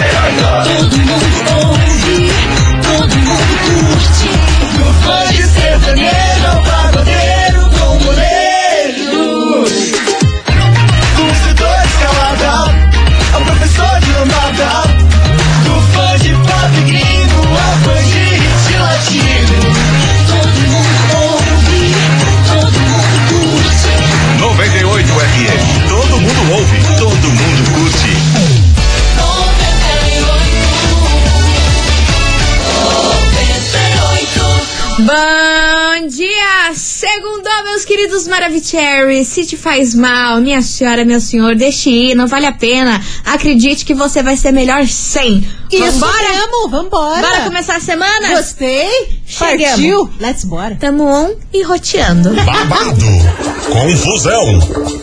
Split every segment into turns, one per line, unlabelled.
Todo mundo ouve, todo mundo curte. No fone sertanejo, ao pagodeiro com boleiros. Do setor escalada, ao professor de lambada. Do fã de pop gringo, ao fã de hit latino. Todo mundo ouve, todo mundo curte.
98 FM. Todo mundo ouve, todo mundo curte.
Bom dia! Segundou, meus queridos Maravicherry. Se te faz mal, minha senhora, meu senhor, deixe ir, não vale a pena. Acredite que você vai ser melhor sem.
Isso
Vambora?
mesmo, vambora.
Bora começar a semana?
Gostei?
Chegamos.
Partiu? Let's bora.
Tamo on e roteando.
Babado, confusão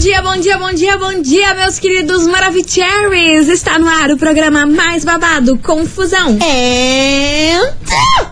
dia, bom dia, bom dia, bom dia, meus queridos Maravicherrys. Está no ar o programa mais babado, Confusão.
É.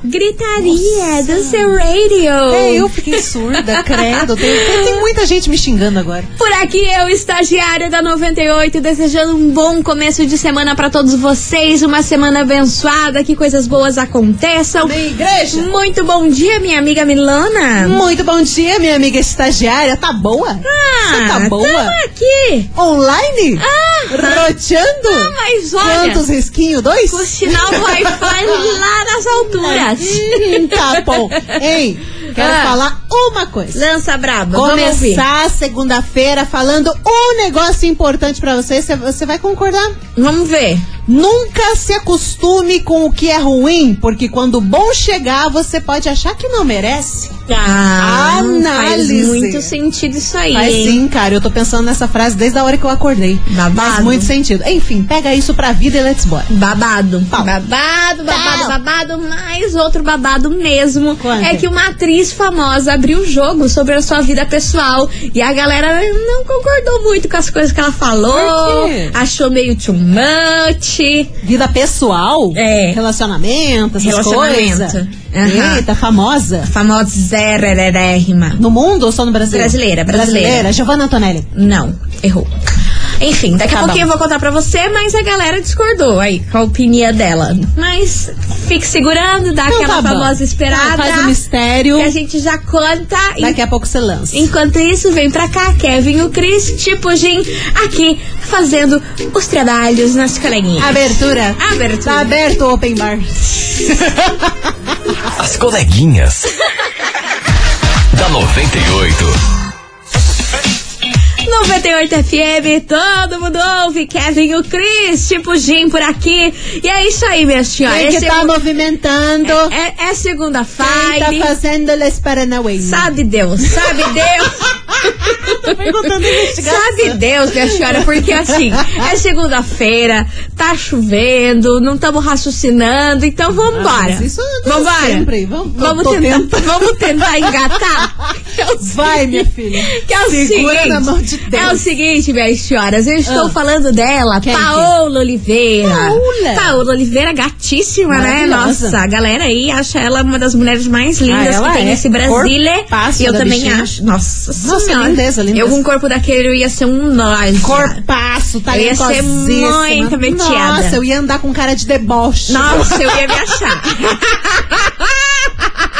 Gritaria do seu radio.
É, eu fiquei surda, credo. Tem, tem- tem muita gente me xingando agora.
Por aqui eu, estagiária da 98, desejando um bom começo de semana pra todos vocês, uma semana abençoada, que coisas boas aconteçam.
igreja.
Muito bom dia, minha amiga Milana.
Muito bom dia, minha amiga estagiária. Tá boa? Você tá boa?
Ah, Tamo aqui.
Online?
Ah,
Roteando?
mas olha,
Quantos risquinhos? Dois?
o sinal do Wi-Fi lá nas alturas.
Hum, tá bom. Ei, quero
Ah.
falar uma coisa.
Lança braba, vamos ouvir.
Começar segunda-feira falando um negócio importante pra você, cê- você vai concordar?
Vamos ver.
Nunca se acostume com o que é ruim, porque quando o bom chegar, você pode achar que não merece.
Ah, faz
Análise.
muito sentido isso aí,
Mas
hein?
sim, cara, eu tô pensando nessa frase desde a hora que eu acordei.
Babado.
Faz muito sentido. Enfim, pega isso pra vida e let's bora.
Babado.
Pau.
Babado, babado,
Pau.
babado, mas outro babado mesmo
Quanto?
é que uma atriz famosa abriu o jogo sobre a sua vida pessoal e a galera não concordou muito com as coisas que ela falou,
Por quê?
achou meio too much.
Vida pessoal?
É.
Relacionamento, essas
Relacionamento.
coisas.
Aham.
Eita, famosa.
Famosa zererérrima.
No mundo ou só no Brasil?
Brasileira, brasileira.
Brasileira, Giovanna Antonelli.
Não, errou. Enfim, daqui a
Tá
pouquinho eu
bom.
vou contar pra você, mas a galera discordou aí com a opinião dela. Mas fique segurando, dá
Então
aquela
tá bom.
famosa esperada.
Faz o mistério.
que a gente já conta. E-
Daqui a pouco você lança.
Enquanto isso, vem pra cá, Kevin e o Chris, tipo Jim, aqui fazendo os trabalhos nas coleguinhas.
Abertura.
Abertura.
Tá aberto o open bar.
As coleguinhas. da 98.
98 FM, todo mundo ouve, Kevin e o Chris, tipo Jim por aqui. E é isso aí, minha senhora.
Quem que
é
tá
segu-
movimentando?
é, é segunda
Quem
feira
tá fazendo Les Paranauê?
Sabe Deus, sabe Deus,
Tô perguntando investigação.
sabe Deus, minha senhora, porque assim, é segunda-feira, tá chovendo, não estamos raciocinando, então vambora.
Ah, mas isso é
vambora.
sempre, vamos-
vamos,
tô
tentar,
tentando.
vamos tentar engatar.
Vai, minha filha.
É Que é o
Segura
seguinte,
na mão de Deus.
é o seguinte, minhas senhoras, eu estou
Ah.
falando dela,
Quem que é?
Paola Oliveira.
Paola?
Paola Oliveira, gatíssima, né?
Maravilhosa.
Nossa, a galera aí acha ela uma das mulheres mais lindas
Ah, ela
que tem
é.
nesse Brasília.
Corpaço
E eu
da
também
bichinha.
acho. Nossa,
Nossa,
senhora.
lindeza, lindeza.
Eu com o corpo daquele eu ia ser um nós.
Corpaço, tá
Eu ia ser
talentosíssima.
muito meteada.
Nossa, eu ia andar com cara de deboche.
Nossa, eu ia me achar.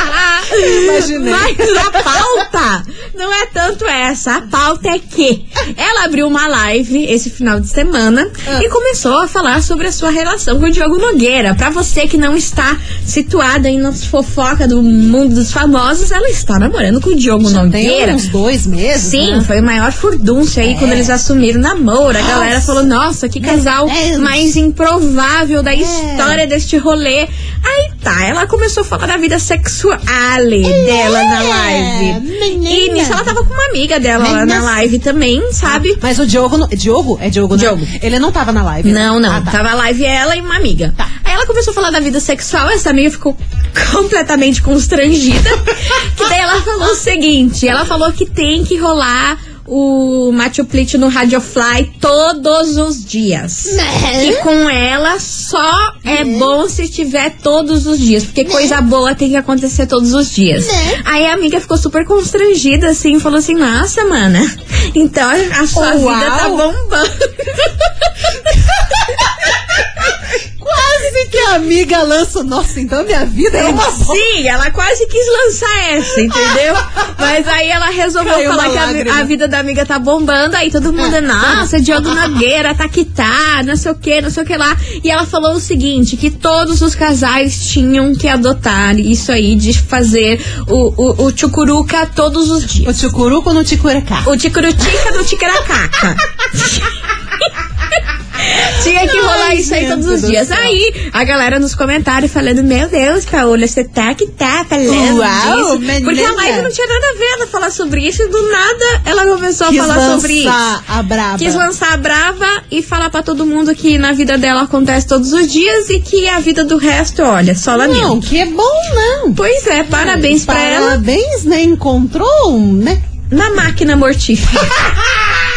imaginei.
Mas a pauta não é tanto essa. A pauta é que ela abriu uma live esse final de semana
Ah.
e começou a falar sobre a sua relação com o Diogo Nogueira. Pra você que não está situada aí nas fofoca do mundo dos famosos, ela está namorando com o Diogo
Tem
Nogueira.
uns dois meses,
Sim,
né? É.
foi o maior furdúncio aí quando eles assumiram o namoro. A
É,
galera falou: nossa, que casal
Deus. É.
mais improvável da história deste rolê. Aí tá, ela começou a falar da vida sexual dela
É.
na live.
menina.
E nisso ela tava com uma amiga dela lá na
Meninas.
live também, sabe?
Ah, Mas o Diogo. não- Diogo? É Diogo, né?
Diogo.
Ele não tava na live. né?
Não, não.
Ah, tá.
Tava live ela e uma amiga. Aí ela começou a falar da vida sexual, essa amiga ficou completamente constrangida. que daí ela falou o seguinte: ela falou que tem que rolar o Matuplit no Radiofly todos os dias. E
Uhum.
com ela só é bom se tiver todos os dias, porque
Né?
coisa boa tem que acontecer todos os dias. Aí a amiga ficou super constrangida assim, falou assim: "Nossa, mana. Então a, a sua vida tá
Uau.
bombando".
Quase que a amiga lança. o- Nossa, então minha vida é uma bosta.
Sim, ela quase quis lançar essa, entendeu? Mas aí ela resolveu
Caiu
falar
uma
que a,
lágrima. É.
a vida da amiga tá bombando, aí todo mundo, nossa, Diogo Nogueira, tá que tá, não sei o que, não sei o que lá. E ela falou o seguinte, que todos os casais tinham que adotar isso aí de fazer o, o, o tchucuruca todos os dias.
O tchucuruco no tchucuracá.
O ticurutica do ticaracaca. Tinha que rolar
Ai,
isso aí
gente
todos os
do
dias.
céu.
Aí, a galera nos comentários falando: Meu Deus, Paola, você tá que tá falando
Uau,
disso.
menina.
Porque a live não tinha nada a ver ela falar sobre isso e do nada ela começou a
Quis
falar
lançar
sobre isso.
a braba.
Quis lançar a brava e falar pra todo mundo que na vida dela acontece todos os dias e que a vida do resto, olha, só lamento.
Não, que é bom não.
Pois é, parabéns pra ela
Parabéns, né? Encontrou um, né?
na máquina mortífera.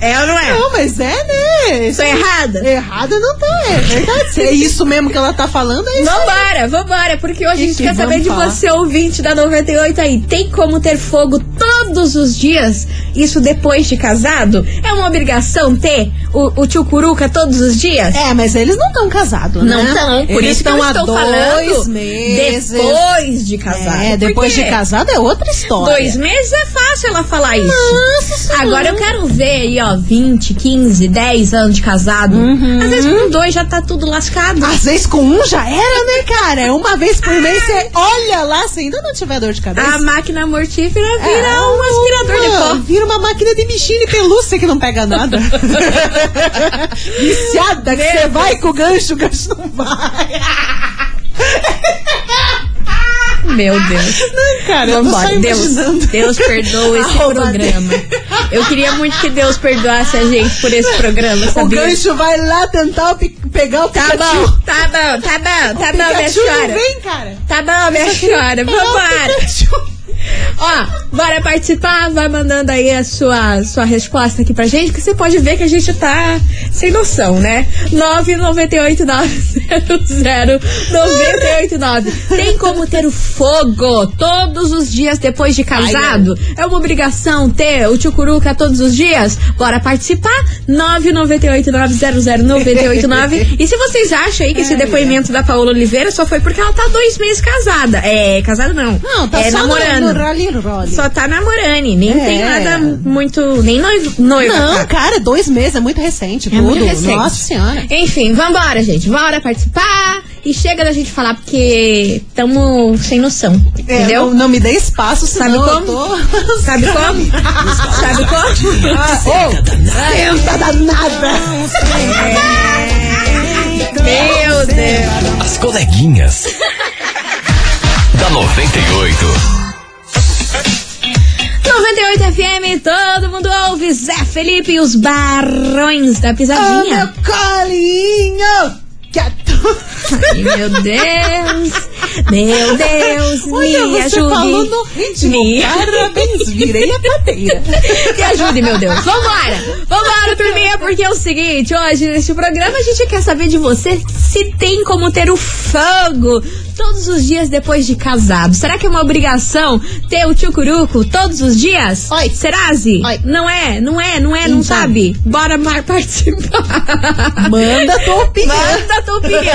é ou não é?
Não, mas é, né?
Tô errada?
Errada não tá, é verdade. Se é isso mesmo que ela tá falando, é isso.
Vambora, vambora, porque hoje a gente
que
quer
vamos
saber de
falar?
você, ouvinte da 98 aí. Tem como ter fogo todos os dias? Isso depois de casado? É uma obrigação ter o, o tio Curuca todos os dias?
É, mas eles não estão casados, né?
Não tão, por
Eles
isso que eu
tão há
estou
dois
falando
meses.
depois de casado.
É, depois
Por
de
quê?
casado é outra história.
Dois meses é fácil ela falar isso.
Nossa Senhora.
Agora eu quero ver aí, ó, 20, 15, 10 anos de casado. Às vezes com dois já tá tudo lascado.
Uhum.
Ah.
Às vezes com um já era, né, cara? É Uma vez por mês você olha lá, se ainda não tiver dor de cabeça.
A máquina mortífera
É,
vira um aspirador de
uma-
pó.
Vira uma máquina de bichinho de pelúcia que não pega nada. Viciada, que você vai com o gancho, o gancho não vai.
Meu Deus.
Cara, eu tô só
Vambora.
imaginando.
Deus, Deus perdoa esse
Arroba
programa. Eu queria muito que Deus perdoasse a gente por esse programa,
O
sabia?
gancho vai lá tentar o pi- pegar o
Tá
Pikachu.
bom, tá bom, tá bom, tá bom, minha
Pikachu não
senhora.
vem, cara.
Tá bom, minha senhora, vambora. Ó, bora participar, vai mandando aí a sua, sua resposta aqui pra gente, que você pode ver que a gente tá sem noção, né? 998900989. Tem como ter o fogo todos os dias depois de casado? É uma obrigação ter o tchucuruca todos os dias? Bora participar? 998900989. E se vocês acham aí que esse depoimento da Paola Oliveira só foi porque ela tá dois meses casada. É, casada não.
Não, tá
é,
só
namorando.
no, no rally rally.
Só tá namorando, nem
É.
tem nada muito. Nem noivo. noiva tá.
Não, cara, dois meses, é muito recente
É
tudo.
muito recente.
Nossa senhora.
Enfim, vambora, gente. Bora participar. E chega da gente falar, porque tamo sem noção.
É,
entendeu?
Não, não me dê espaço,
Sabe
senão
como?
eu tô...
Sabe como? Sabe como? tá
Senta danada.
Meu Deus.
As coleguinhas. Da 98.
98 FM, todo mundo ouve Zé Felipe e os Barões da
Ah,
Pisadinha.
meu colinho. Que é ato-
Ai, meu Deus, meu Deus,
Olha,
me
você
ajude.
falou no ritmo.
Me-
Parabéns, virei a plateia.
Me ajude, meu Deus. Vambora! Vambora, turminha, porque é o seguinte: hoje neste programa a gente quer saber de você se tem como ter o fogo todos os dias depois de casado. Será que é uma obrigação ter o tchucuruco todos os dias?
Oi.
Será, Zi?
Oi.
Não é? Não é? Não é? Não
Então.
sabe? Bora mar- participar.
Manda tua opinião.
Manda a tua opinião.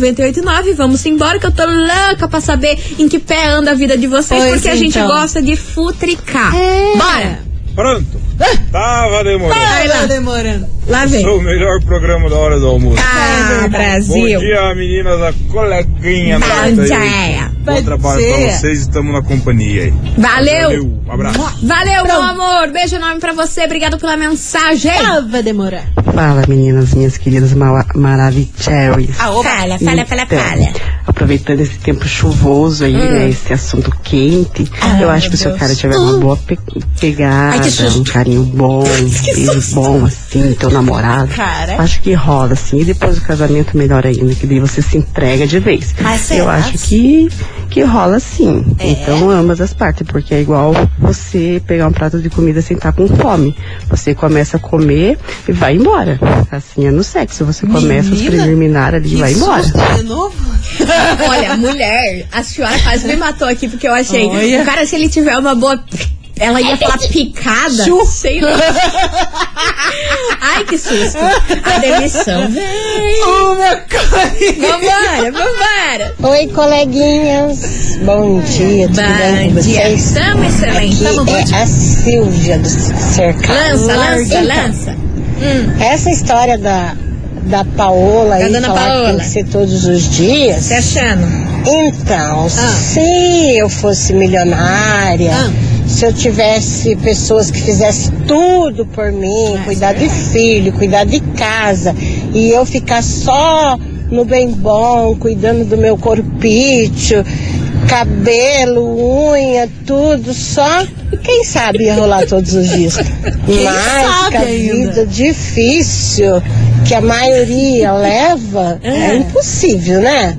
998900989. Vamos embora que eu tô louca pra saber em que pé anda a vida de vocês,
Pois
porque a gente
então.
gosta de futricar.
É.
Bora!
Pronto. Tava demorando.
Vai lá.
Tá demorando.
Lá vem.
Sou o melhor programa da
É
hora do almoço.
Ah,
Bom
Brasil.
dia, meninas, a coleguinha.
Bom
nossa aí.
dia.
Bom trabalho
ser.
pra vocês e tamo na companhia aí.
Valeu!
Valeu, um abraço.
Valeu, meu
Pronto.
amor! Beijo enorme pra você, obrigado pela mensagem!
Tava demorar.
Fala, meninas, minhas queridas mala- maravicherrys.
Ah, Fala, fala, fala,
Então,
fala. Hum.
Aproveitando esse tempo chuvoso aí, né? Esse assunto quente.
Ah,
eu acho que se o cara tiver uma boa pe- pegada,
Ai, que susto.
um carinho bom, um beijo bom, assim, teu namorado.
Cara.
Acho que rola, assim. E depois do casamento, melhor ainda, que daí você se entrega de vez.
Mas
eu
será?
acho que, que rola sim.
É?
Então, ambas as partes, porque é igual você pegar um prato de comida sem estar com fome. Você começa a comer e vai embora. Assim é no sexo. Você começa os
Menina,
preliminares ali e vai embora.
susto de novo?
Olha, mulher, a senhora quase me matou aqui porque eu achei.
Olha.
O cara, se ele tiver uma boa. Ela ia falar picada.
Chu.
Sei lá. Ai, que susto. A demissão.
Oh, meu corre.
Vambora, vambora.
Oi, coleguinhas. Bom dia, tudo bem com
Bom dia.
vocês?
Tamo excelente.
Aqui
Tamo bom.
é a Silvia do Cercado.
Lança, lança,
Então,
lança.
Essa história da, da Paola
Hum. Da
aí,
dona
falar que
Paola.
tem que ser todos os dias.
Você achando? Ah.
Então, se eu fosse milionária,
Ah.
se eu tivesse pessoas que fizessem tudo por
Ah,
mim,
é
cuidar de filho, cuidar de casa, e eu ficar só no bem bom, cuidando do meu corpício, cabelo, unha, tudo só, quem sabe ia rolar todos os dias. Mas
sabe
com a
ainda?
vida difícil que a maioria leva, é impossível, né?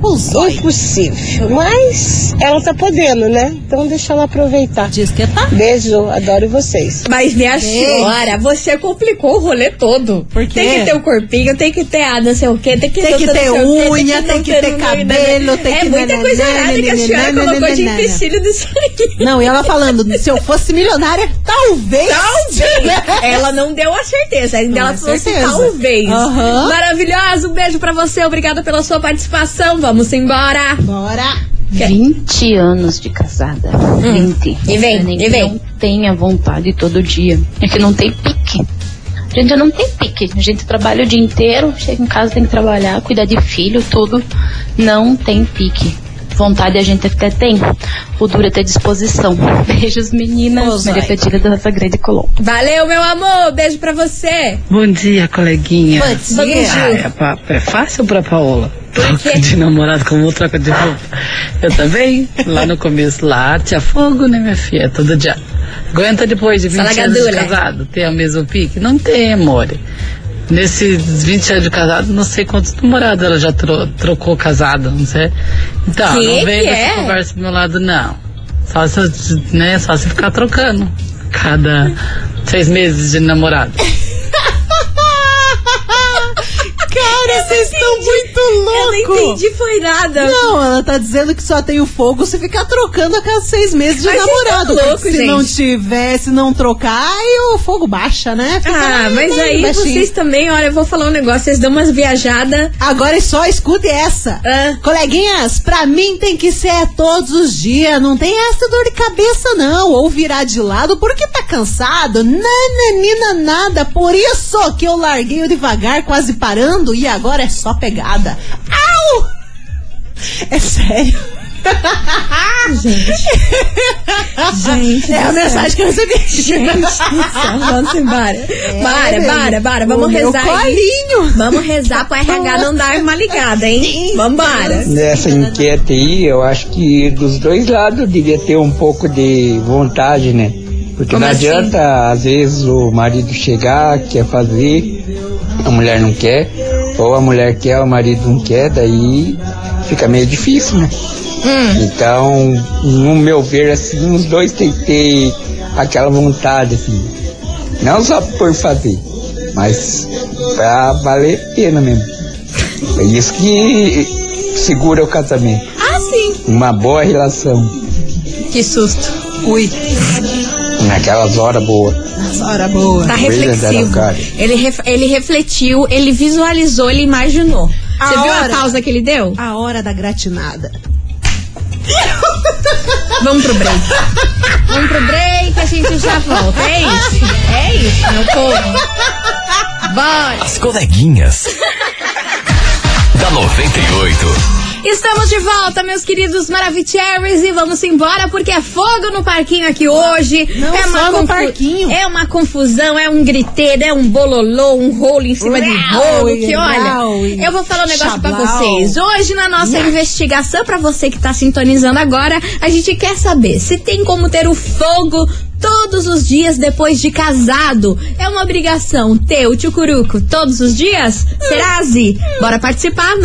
Pulsói.
Impossível. Mas ela tá podendo, né? Então deixa ela aproveitar.
Diz que tá.
Beijo, adoro vocês.
Mas minha senhora, você complicou o rolê todo.
Por quê?
Tem que ter o corpinho, tem que ter a não sei o quê, tem que
Tem
ter,
que
não
ter
sei o quê,
unha, tem que ter
não-
cabelo, tem
É
que-
muita coisa errada que a senhora
nananana,
colocou de
nananana.
empecilho disso aqui.
Não, e ela falando, se eu fosse milionária, talvez.
Ela não deu a certeza, ainda
Não,
ela
é
falou assim,
certeza.
talvez.
Aham.
Maravilhosa, um beijo pra você, obrigada pela sua participação. Vamos embora.
Bora.
20 anos de casada. 20.
Hum. E vem,
Nem
e
que
vem.
Não tenha vontade todo dia. É que não tem pique. A gente não tem pique. A gente trabalha o dia inteiro, chega em casa, tem que trabalhar, cuidar de filho, tudo. Não tem pique. Vontade a gente até tem. O duro é ter disposição. Beijos, meninas.
Pois
Maria
vai.
Petira é da nossa grande Colombo.
Valeu, meu amor, beijo pra você.
Bom dia, coleguinha.
Bom
Bom dia.
Ah, é, pa- é fácil pra Paola. Troca de namorado como troca de roupa. Eu também, lá no começo, lá tinha fogo, né, minha filha? Todo dia. Aguenta depois de 20 anos de
Salagadura.
casado, ter o mesmo pique? Não tem, amore. Nesses 20 anos de casado, não sei quantos namorados ela já tro- trocou casada, não sei. Então,
Que
não vem
que
com
é?
essa conversa do meu lado, não. Só se, né, só se ficar trocando cada seis meses de namorado.
Cara, vocês estão muito
Eu não
loucos.
entendi, foi nada.
Não, ela tá dizendo que só tem o fogo se ficar trocando a cada seis meses de
Mas vocês tão
namorado.
loucos,
se
gente.
não tiver, se não trocar, aí o fogo baixa, né? Fica
Ah,
lá,
mas
né,
aí
baixinho.
vocês também, olha, eu vou falar um negócio, vocês dão umas viajadas.
Agora é só escute essa.
Ah.
Coleguinhas, pra mim tem que ser é todos os dias. Não tem essa dor de cabeça, não. Ou virar de lado porque tá cansado. Nananina nada. Por isso que eu larguei o devagar, quase parando. E agora é só pegada. Au! É sério.
Gente,
É a mensagem que eu recebi.
vamos embora. Para, para, para, vamos
É, O meu
rezar aí.
colinho.
Vamos rezar pro RH não dar uma ligada, hein? Vambora.
Nessa enquete aí, eu acho que dos dois lados devia ter um pouco de vontade, né? Porque
Como
não
assim?
adianta, às vezes, o marido chegar, quer fazer, a mulher não quer, ou a mulher quer, o marido não quer, daí fica meio difícil, né?
Hum.
Então, no meu ver, assim, os dois têm que ter aquela vontade, assim. Não só por fazer, mas pra valer a pena mesmo. É isso que segura o casamento.
Ah, sim.
Uma boa relação.
Que susto.
Ui,
Naquelas horas boas.
essa hora boa.
Tá
Coisa
reflexivo.
delicada.
Ele, ref- ele refletiu, ele visualizou, ele imaginou.
A
Você viu a
hora.
pausa que ele deu?
A hora da gratinada.
Vamos pro break. Vamos pro break, a gente já volta. É isso. É isso, meu povo. Bora.
As coleguinhas. da 98.
E Estamos de volta, meus queridos Maravicheries, e vamos embora porque é fogo no parquinho aqui hoje.
Não
é
só no
confu-
parquinho.
É uma confusão, é um griteiro, é um bololô, um rolo em cima de
Uau,
rolo. Que
uau,
olha, eu vou falar um negócio pra
xablau.
vocês. Hoje na nossa
Nha.
investigação, pra você que tá sintonizando agora, a gente quer saber se tem como ter o fogo todos os dias depois de casado. É uma obrigação ter o tchucuruco todos os dias? Será, Zi? Bora participar?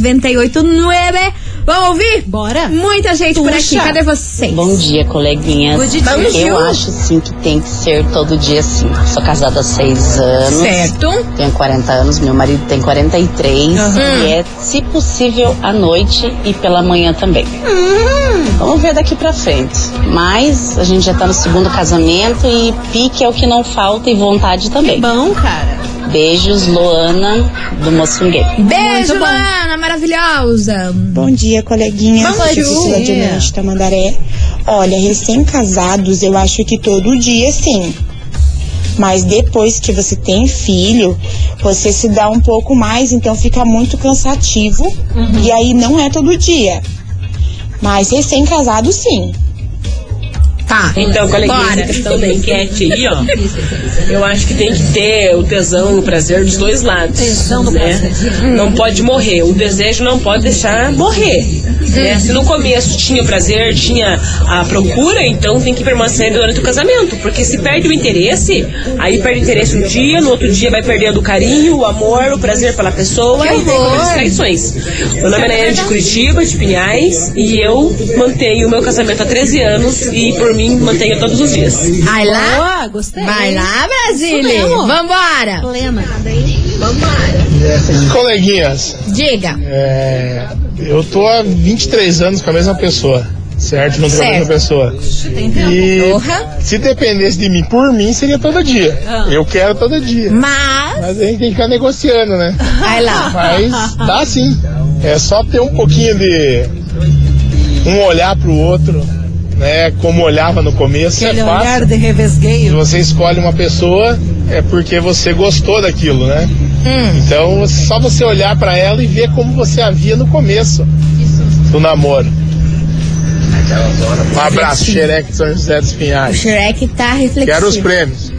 998-900-989. Vamos ouvir? Bora. Muita gente por aqui.
Puxa.
Cadê vocês?
Bom dia, coleguinhas.
Good dia.
Eu
Bonjour.
acho sim que tem que ser todo dia sim. Sou casada há seis anos.
Certo.
Tenho 40 anos, meu marido tem 43.
Aham.
E é, se possível, à noite e pela manhã também. Vamos ver daqui pra frente. Mas a gente já tá no segundo casamento e pique é o que não falta e vontade também. bom, cara. Beijos, Luana do Moçungueiro.
Beijo, Luana, maravilhosa.
Bom dia, coleguinha.
Bom dia.
Priscila de Leite, Tamandaré. Olha, recém-casados, eu acho que todo dia sim. Mas depois que você tem filho, você se dá um pouco mais, então fica muito cansativo.
Uhum.
E aí não é todo dia. Mas recém-casado, sim.
Tá.
Então, coleguinha,
Bora.
essa questão da enquete aí, ó. Eu acho que tem que ter o tesão e o prazer dos dois lados. Tesão do né? Não pode morrer. O desejo não pode deixar morrer. né? Se no começo tinha prazer, tinha a procura, então tem que permanecer durante o casamento. Porque se perde o interesse, aí perde o interesse um dia, no outro dia vai perdendo o carinho, o amor, o prazer pela pessoa
Que
e tem
horror.
outras traições. Meu nome é Nayane de Curitiba, de Pinhais, e eu mantenho o meu casamento há 13 anos e por mim mantenho todos os dias.
Vai lá.
Boa, gostei.
Vai lá, Brasília.
Isso mesmo.
Vambora.
Plena.
Coleguinhas,
Diga.
é, eu tô há 23 anos com a mesma pessoa, certo? Não tô com a mesma
Certo.
pessoa. E se dependesse de mim, por mim, seria todo dia. Eu quero todo dia.
Mas...
a gente tem que ficar negociando, né?
Vai lá.
Mas dá sim. É só ter um pouquinho de... Um olhar pro outro, né? Como olhava no começo,
Aquele
é fácil.
olhar de revesgueio.
Se você escolhe uma pessoa, é porque você gostou daquilo, né?
Hum.
Então, só você olhar pra ela e ver como você a via no começo do namoro. Um abraço, Xereque de São José dos
O
Pinhais.
Shrek tá reflexivo.
Quero os prêmios.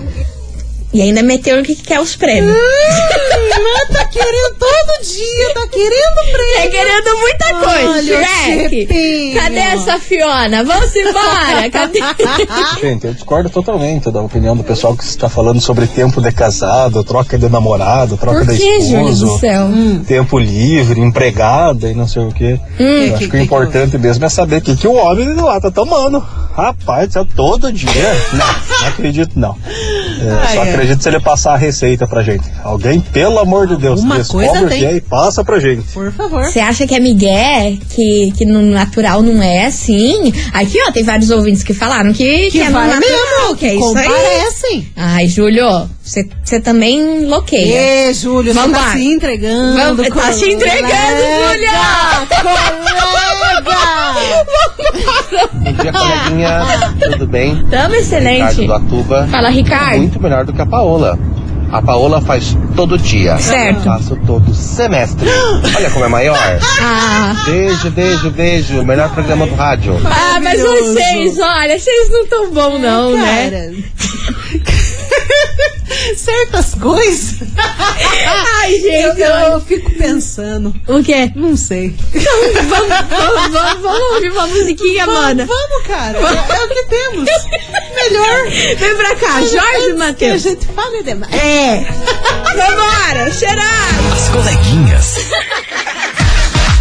E ainda meteu o que que quer os prêmios.
Hum, tá querendo todo dia, tá querendo prêmio.
Tá querendo muita coisa, Shrek. Cadê essa Fiona? Vamos embora. Cadê?
Gente, eu discordo totalmente da opinião do pessoal que está falando sobre tempo de casado, troca de namorado, troca
Por
de
que, Júlio do
esposo,
céu?
tempo livre, empregada e não sei o quê.
Hum.
eu
Que-
acho
que-
que, o importante mesmo é saber o que, que o homem lá tá tomando. Rapaz, é todo dia. não, não acredito não. É,
Ai,
só
ai.
acredito se ele passar a receita pra gente. Alguém, pelo amor de Deus,
Alguma
descobre
coisa
o que
tem.
é e passa pra gente.
Por favor.
Você acha que é migué? Que, que no natural não é assim? Aqui, ó, tem vários ouvintes que falaram que, que, é no
vai
natural,
mesmo,
que é isso aí.
Comparecem.
Ai, Júlio, você também loqueia.
É, Júlio, você tá se entregando.
Vamos, tá se entregando, Júlio!
Bom dia, coleguinha. Tudo bem?
Tamo excelente.
Ricardo do Atuba.
Fala, Ricardo.
Muito melhor do que a Paola. A Paola faz todo dia.
Certo.
Eu faço todo semestre. Olha como é maior.
Ah.
Beijo, beijo, beijo. Melhor programa do rádio.
Ah, mas vocês, olha, vocês não tão bom não, né?
Certas coisas.
Ai, gente,
eu,
olha.
eu fico pensando.
O quê? Então,
Não sei.
vamos, vamos, vamos, vamos ouvir uma musiquinha,
Vamos,
mana.
Vamos, cara. É o que temos. Melhor.
Vem pra cá, Jorge
Que a
Matheus.
gente fala demais.
É. Vambora, cheirar.
As coleguinhas.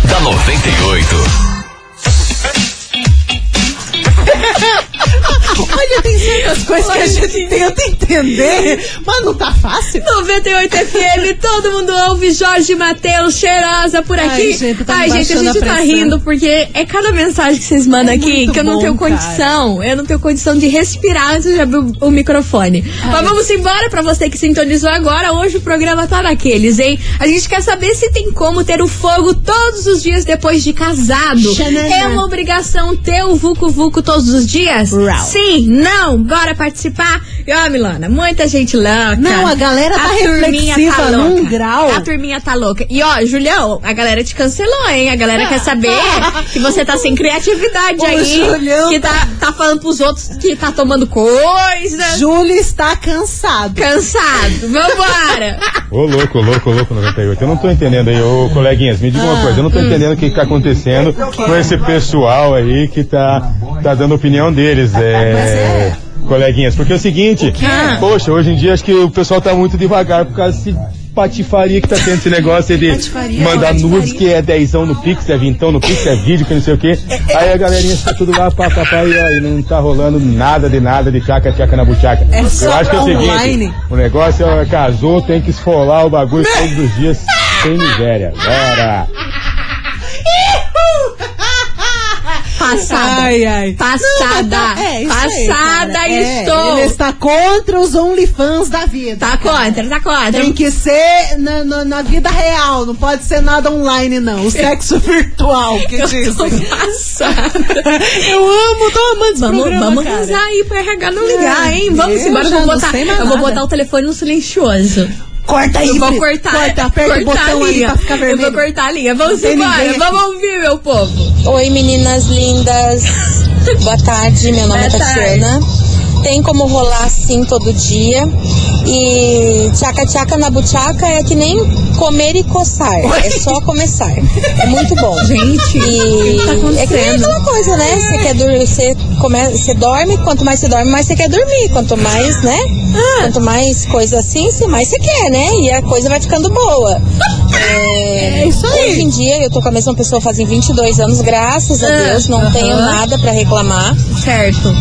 da 98.
Olha, tem certas coisas que a gente tenta entender, mas não tá fácil.
98 FM, todo mundo ouve Jorge Matheus, cheirosa por
Ai,
aqui.
gente, tá me
Ai, gente, a
baixando
gente
a
tá
pressão.
rindo porque é cada mensagem que vocês mandam
É
aqui
muito
que eu não
bom,
tenho condição. Eu não tenho condição de respirar antes de abrir o, o microfone. Mas vamos embora pra você que sintonizou agora. Hoje o programa tá naqueles, hein? A gente quer saber se tem como ter o fogo todos os dias depois de casado.
Xanana.
É uma obrigação ter o Vucu Vucu todos os dias?
Rau.
Sim, não, bora Bora participar. E ó, Milana, muita gente louca.
Não, a galera tá
turminha
reflexiva num
louca.
grau.
A turminha tá louca. E ó, Julião, a galera te cancelou, hein? A galera quer saber que você tá sem criatividade
O
aí.
Julião
que tá, tá falando pros outros que tá tomando coisa.
Júlio está cansado.
Cansado. Vambora.
Ô, louco, louco, louco, 98. Eu não tô entendendo aí, ô, coleguinhas, me diga uma coisa. Eu não tô entendendo o que tá acontecendo com esse pessoal aí que tá, tá dando opinião deles. É. Coleguinhas, porque é o seguinte, poxa, hoje em dia acho que o pessoal tá muito devagar por causa desse patifaria que tá tendo esse negócio aí de
Patifaria,
mandar
patifaria.
nudes que é dezão no Pix, é vintão no Pix, é vídeo, que não sei o quê. Aí a galerinha tá tudo lá, pá, pá, pá, e aí não tá rolando nada de nada de tchaca, tchaca na buchaca.
É
Eu
só
acho que é o seguinte,
online.
o negócio é casou, tem que esfolar o bagulho todos os dias sem miséria. Bora!
Passada.
Ai, ai.
Passada.
Não, mas tá- é, isso aí,
Passada
cara. É,
estou.
ele está contra os OnlyFans da vida. Tá
contra, tá contra.
Tem que ser na, na- na vida real, não pode ser nada online, não. O sexo virtual, que
Eu
dizem.
tô passada.
Eu amo, tô amando esse
Vamos,
programa,
vamos
cara. Ah,
rezar aí pro RH não ligar, hein? Vamos
eu
embora, eu
já
vou
não
botar.
sei mais
Eu vou
nada.
botar o telefone no silencioso.
Corta aí,
Eu vou
Pri.
cortar.
Corta, aperta o
cortar a
botão ali
linha.
pra ficar vermelho.
Eu vou cortar a linha. Vamos
Não tem ninguém
embora,
aqui.
vamos ouvir, meu povo.
Oi, meninas lindas. Boa tarde, meu nome é
Boa tarde.
Tatiana. Tem como rolar assim todo dia. E tchaca-tchaca na buchaca é que nem comer e coçar. É só começar. É muito bom.
Gente,
e
o que tá
é que nem
acontecendo?
aquela coisa, né? Você quer dormir, você, come... você dorme, quanto mais você dorme, mais você quer dormir. Quanto mais, né?
Ah.
Quanto mais coisa assim, sim, mais você quer, né? E a coisa vai ficando boa. É,
isso aí.
Hoje em dia eu tô com a mesma pessoa fazem 22 anos, graças a
Ah,
Deus, não
aham.
tenho nada pra reclamar.
Certo.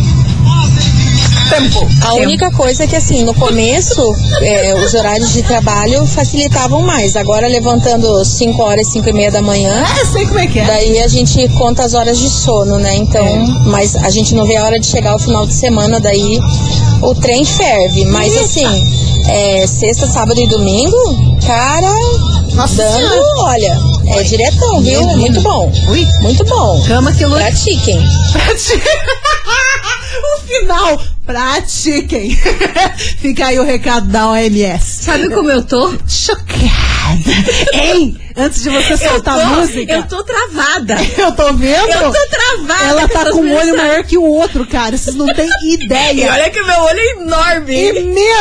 A única coisa é que assim, no começo, é, os horários de trabalho facilitavam mais. Agora levantando 5 horas, 5 e meia da manhã.
Ah, sei como é que é.
Daí a gente conta as horas de sono, né? Então, mas a gente não vê a hora de chegar ao final de semana, daí o trem ferve. Mas assim, é, sexta, sábado e domingo, cara, dando, olha, é diretão, viu? Muito bom. Muito bom.
Chama que luz.
Pratiquem.
o final, pratiquem. Fica aí o recado da OMS.
Sabe como eu tô?
Chocada. Hein? Antes de você soltar a
eu tô,
música.
Eu tô travada.
Eu tô vendo?
Eu tô travada.
Ela tá
essas
com um olho
mensagens.
maior que o outro, cara. Vocês não têm ideia.
E olha que meu olho é enorme.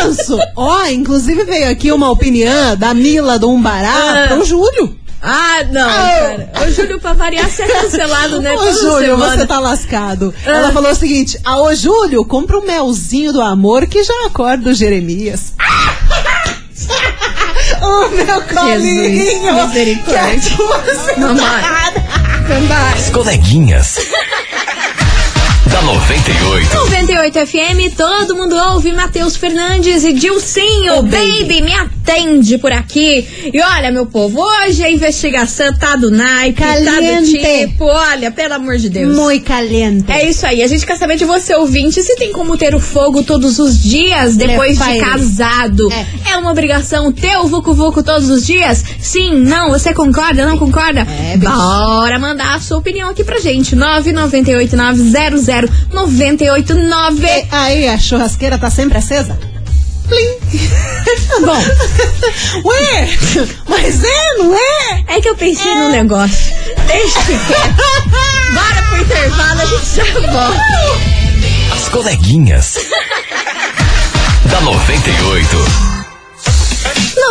Imenso. Ó, inclusive veio aqui uma opinião da Mila do Umbará
Ah.
pro Júlio.
Ah, não,
Ah.
cara. O Júlio, pra variar, você é cancelado, né?
Ô,
Toda
Júlio,
semana.
você tá lascado.
Ah.
Ela falou o seguinte: ah, ô Júlio, compra um melzinho do amor que já acorda o Jeremias. o meu colinho! é
misericórdia.
As coleguinhas. da 98.
98 FM, todo mundo ouve Matheus Fernandes e Dilcinho. baby. me atende por aqui. E olha, meu povo, hoje a investigação tá do Nike,
Caliente.
tá do tipo. Olha, pelo amor de Deus.
Muito caliente.
É isso aí. A gente quer saber de você, ouvinte, se tem como ter o fogo todos os dias depois de
fire.
casado. É, uma obrigação ter o Vucu Vucu todos os dias? Sim, não, você concorda, não concorda? É, Bora mandar a sua opinião aqui pra gente. 998900989.
E aí, a churrasqueira tá sempre acesa?
Tá
Plim! Bom. Ué! Mas é, não é?
É que eu pensei num negócio. Deixa quieto. Bora pro intervalo, a gente já volta.
As coleguinhas. da 98.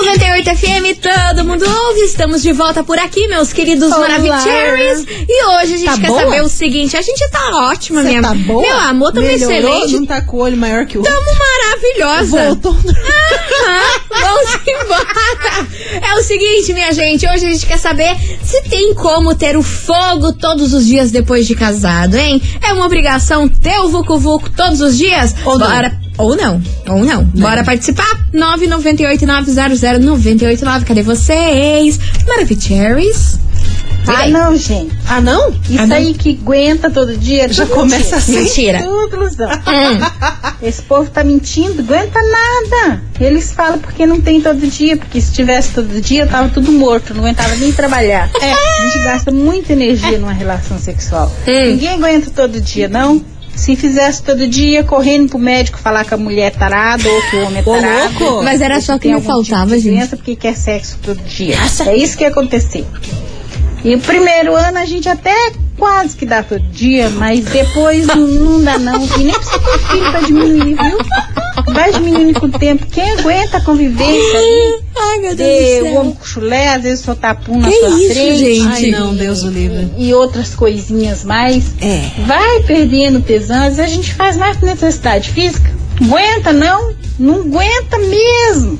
98 FM, todo mundo ouve. Estamos de volta por aqui, meus queridos
Olá.
Maravicheries. E hoje a gente
Tá
quer
boa?
saber o seguinte: a gente tá ótima,
Você
minha
tá boa?
Meu amor, tamo
Melhorou?
excelente.
Não tá com o olho maior que o outro?
Tamo maravilhosa.
Voltou.
Aham, Vamos embora. É o seguinte, minha gente. Hoje a gente quer saber se tem como ter o fogo todos os dias depois de casado, hein? É uma obrigação ter o Vucu Vucu todos os dias? Ou Bora... não. Ou não, ou não. Bora participar? 998-900-989. Cadê vocês? Maravicheries.
Ah, não, gente.
Ah, não?
Isso
Ah, não?
aí que aguenta todo dia.
Já
tudo
começa assim.
Mentira.
Tudo ilusão. Esse povo tá mentindo, aguenta nada. Eles falam porque não tem todo dia, porque se tivesse todo dia, tava tudo morto, não aguentava nem trabalhar. É, A gente gasta muita energia numa relação sexual. Ninguém aguenta todo dia, não. Se fizesse todo dia, correndo pro médico falar que a mulher é tarada ou que o homem é tarado.
Mas era só que
Tem
me
algum tipo
faltava, gente.
criança porque quer sexo todo dia. É isso que aconteceu. E o primeiro ano a gente até quase que dá todo dia, mas depois não, não dá não. E nem precisa ter filho pra diminuir, viu? Vai diminuindo com o tempo. Quem aguenta a convivência ali?
Ai, meu
Deus do céu.
O homem com chulé, às vezes só tapum na
Que
sua
isso,
frente.
gente? Ai, não, Deus o livre. É.
E outras coisinhas mais. Vai perdendo tesão. Às vezes a gente faz mais por necessidade física. Aguenta, não? Não aguenta mesmo.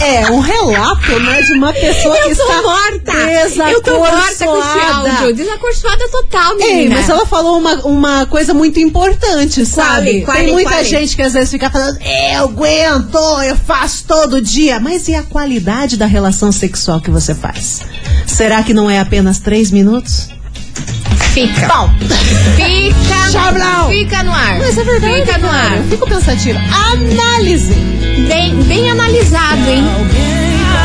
É, um relato, né, de uma pessoa
Eu
que
tô
está
morta.
desacorçoada.
Eu tô morta com esse áudio. Desacorçoada total, menina.
Ei, mas ela falou uma, uma coisa muito importante, sabe?
qual,
Tem muita
qual?
gente que às vezes fica falando, eu aguento, eu faço todo dia. Mas e a qualidade da relação sexual que você faz? Será que não é apenas três minutos?
Fica.
Bom.
Fica.
Tchau, Blau.
Fica no ar.
Mas é verdade,
Fica no
cara.
ar.
Eu fico pensativa. Análise.
Bem, bem analisado, hein?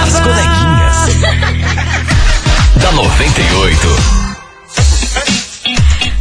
As coleguinhas. Da 98.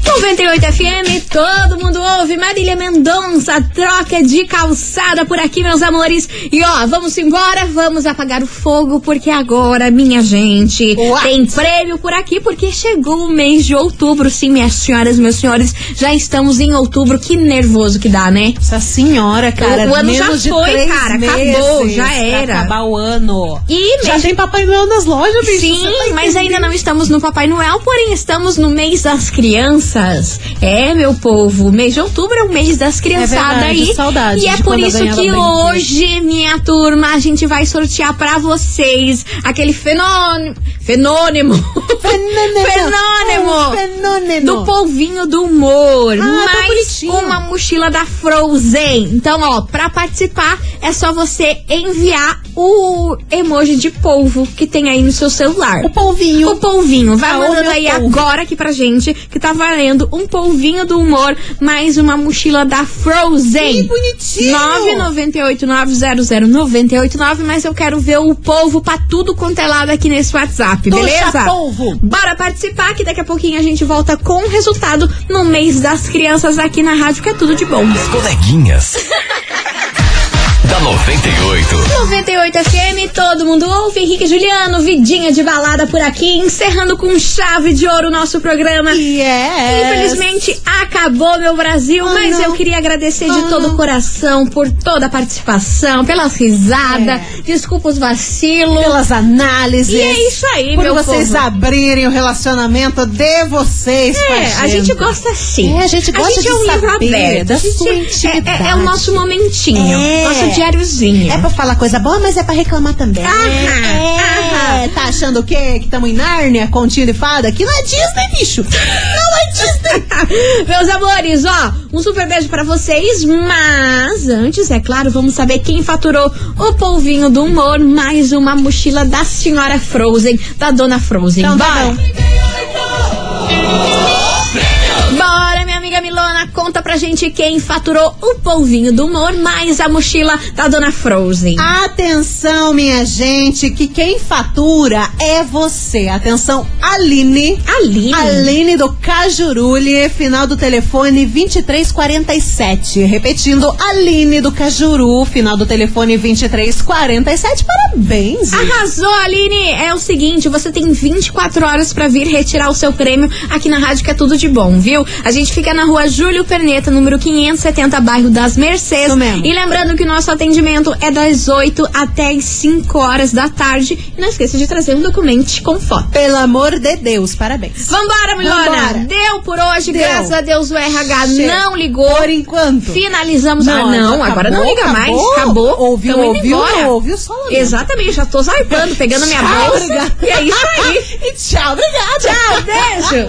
98 FM, todo mundo ouve. Marília Mendonça, troca de calçada por aqui, meus amores. E ó, vamos embora, vamos apagar o fogo, porque agora, minha gente, tem prêmio por aqui, porque chegou o mês de outubro. Sim, minhas senhoras, meus senhores, já estamos em outubro. Que nervoso que dá, né?
Essa senhora, cara,
O, o ano
menos
já
de
foi,
três
cara.
meses
Acabou, já
pra
era.
acabar o ano.
E
Já
mesmo-
tem Papai Noel nas lojas, bicho.
Sim,
Você tá
mas ainda não estamos no Papai Noel, porém estamos no mês das crianças. É, meu povo, mês de outubro é o mês das criançadas
verdade,
aí.
saudades
E é
de
por
quando eu
isso
ganhava
que
bem.
hoje, minha turma, a gente vai sortear pra vocês aquele fenômeno. Fenônimo! Fenônimo!
Fenômeno.
Do polvinho do humor.
Ah, tá
mais
bonitinho.
uma mochila da Frozen. Então, ó, pra participar é só você enviar o emoji de polvo que tem aí no seu celular. O
polvinho.
O polvinho. Vai
Ah, o
mandando
meu
aí
polvo.
agora aqui pra gente que tá valendo um polvinho do humor mais uma mochila da Frozen.
Que bonitinho.
998900989, mas eu quero ver o polvo pra tudo quanto é lado aqui nesse WhatsApp,
Tuxa
beleza?
polvo.
Bora participar que daqui a pouquinho a gente volta com o resultado no mês das crianças aqui na rádio, que é tudo de bom.
As coleguinhas. da 98.
98 FM, todo mundo ouve. Henrique e Juliano, vidinha de balada por aqui, encerrando com chave de ouro o nosso programa. Infelizmente acabou, meu Brasil, mas eu queria agradecer
Ah.
de todo o coração por toda a participação, pelas risadas, desculpa os vacilos.
É. Pelas análises.
E é isso aí,
Por
meu
vocês
povo.
abrirem o relacionamento de vocês pra
É, a gente gosta assim.
É, a gente gosta de
é um livro
saber
aberto.
da
A gente
sua
é- é-
intimidade.
É, o nosso momentinho, nosso diáriozinho.
É pra falar coisa boa, mas é pra reclamar também.
Aham,
é. Tá achando o quê? Que tamo em Nárnia, continho de fada? Que não é Disney, bicho. Não é Disney.
Meus amores, ó, um super beijo pra vocês, mas antes, é claro, vamos saber quem faturou o polvinho do humor, mais uma mochila da senhora Frozen, da dona Frozen.
Então,
Bora!
vai,
Bora, minha amiga Milona, conta pra gente quem faturou o polvinho do humor, mais a mochila da dona Frozen.
Atenção, minha gente, que quem fatura é você. Atenção, Aline.
Aline.
Aline do Cajurule, final do telefone 2347. Repetindo, Aline do Cajuru, final do telefone 2347. Parabéns. gente.
Arrasou, Aline! É o seguinte, você tem 24 horas pra vir retirar o seu prêmio aqui na rádio, que é tudo de bom, viu? A gente fica na rua Júlio Perneta, número 570, bairro das Mercedes. E lembrando que o nosso atendimento é das 8 até as 5 horas da tarde. E não esqueça de trazer um documento com foto.
Pelo amor de Deus, parabéns.
Vambora, Milona!
Vambora.
Deu por hoje,
Deu.
graças a Deus o RH
Chega.
não ligou. Por
enquanto.
Finalizamos.
Não,
ah, não,
acabou,
agora não liga mais.
acabou.
Acabou.
Ouviu,
Tamo indo
ouviu,
embora.
não ouviu, só lamento.
Exatamente, já tô zarpando, pegando minha
Tchau,
bolsa.
obrigada.
E é isso aí.
e tchau, obrigada.
Tchau, beijo.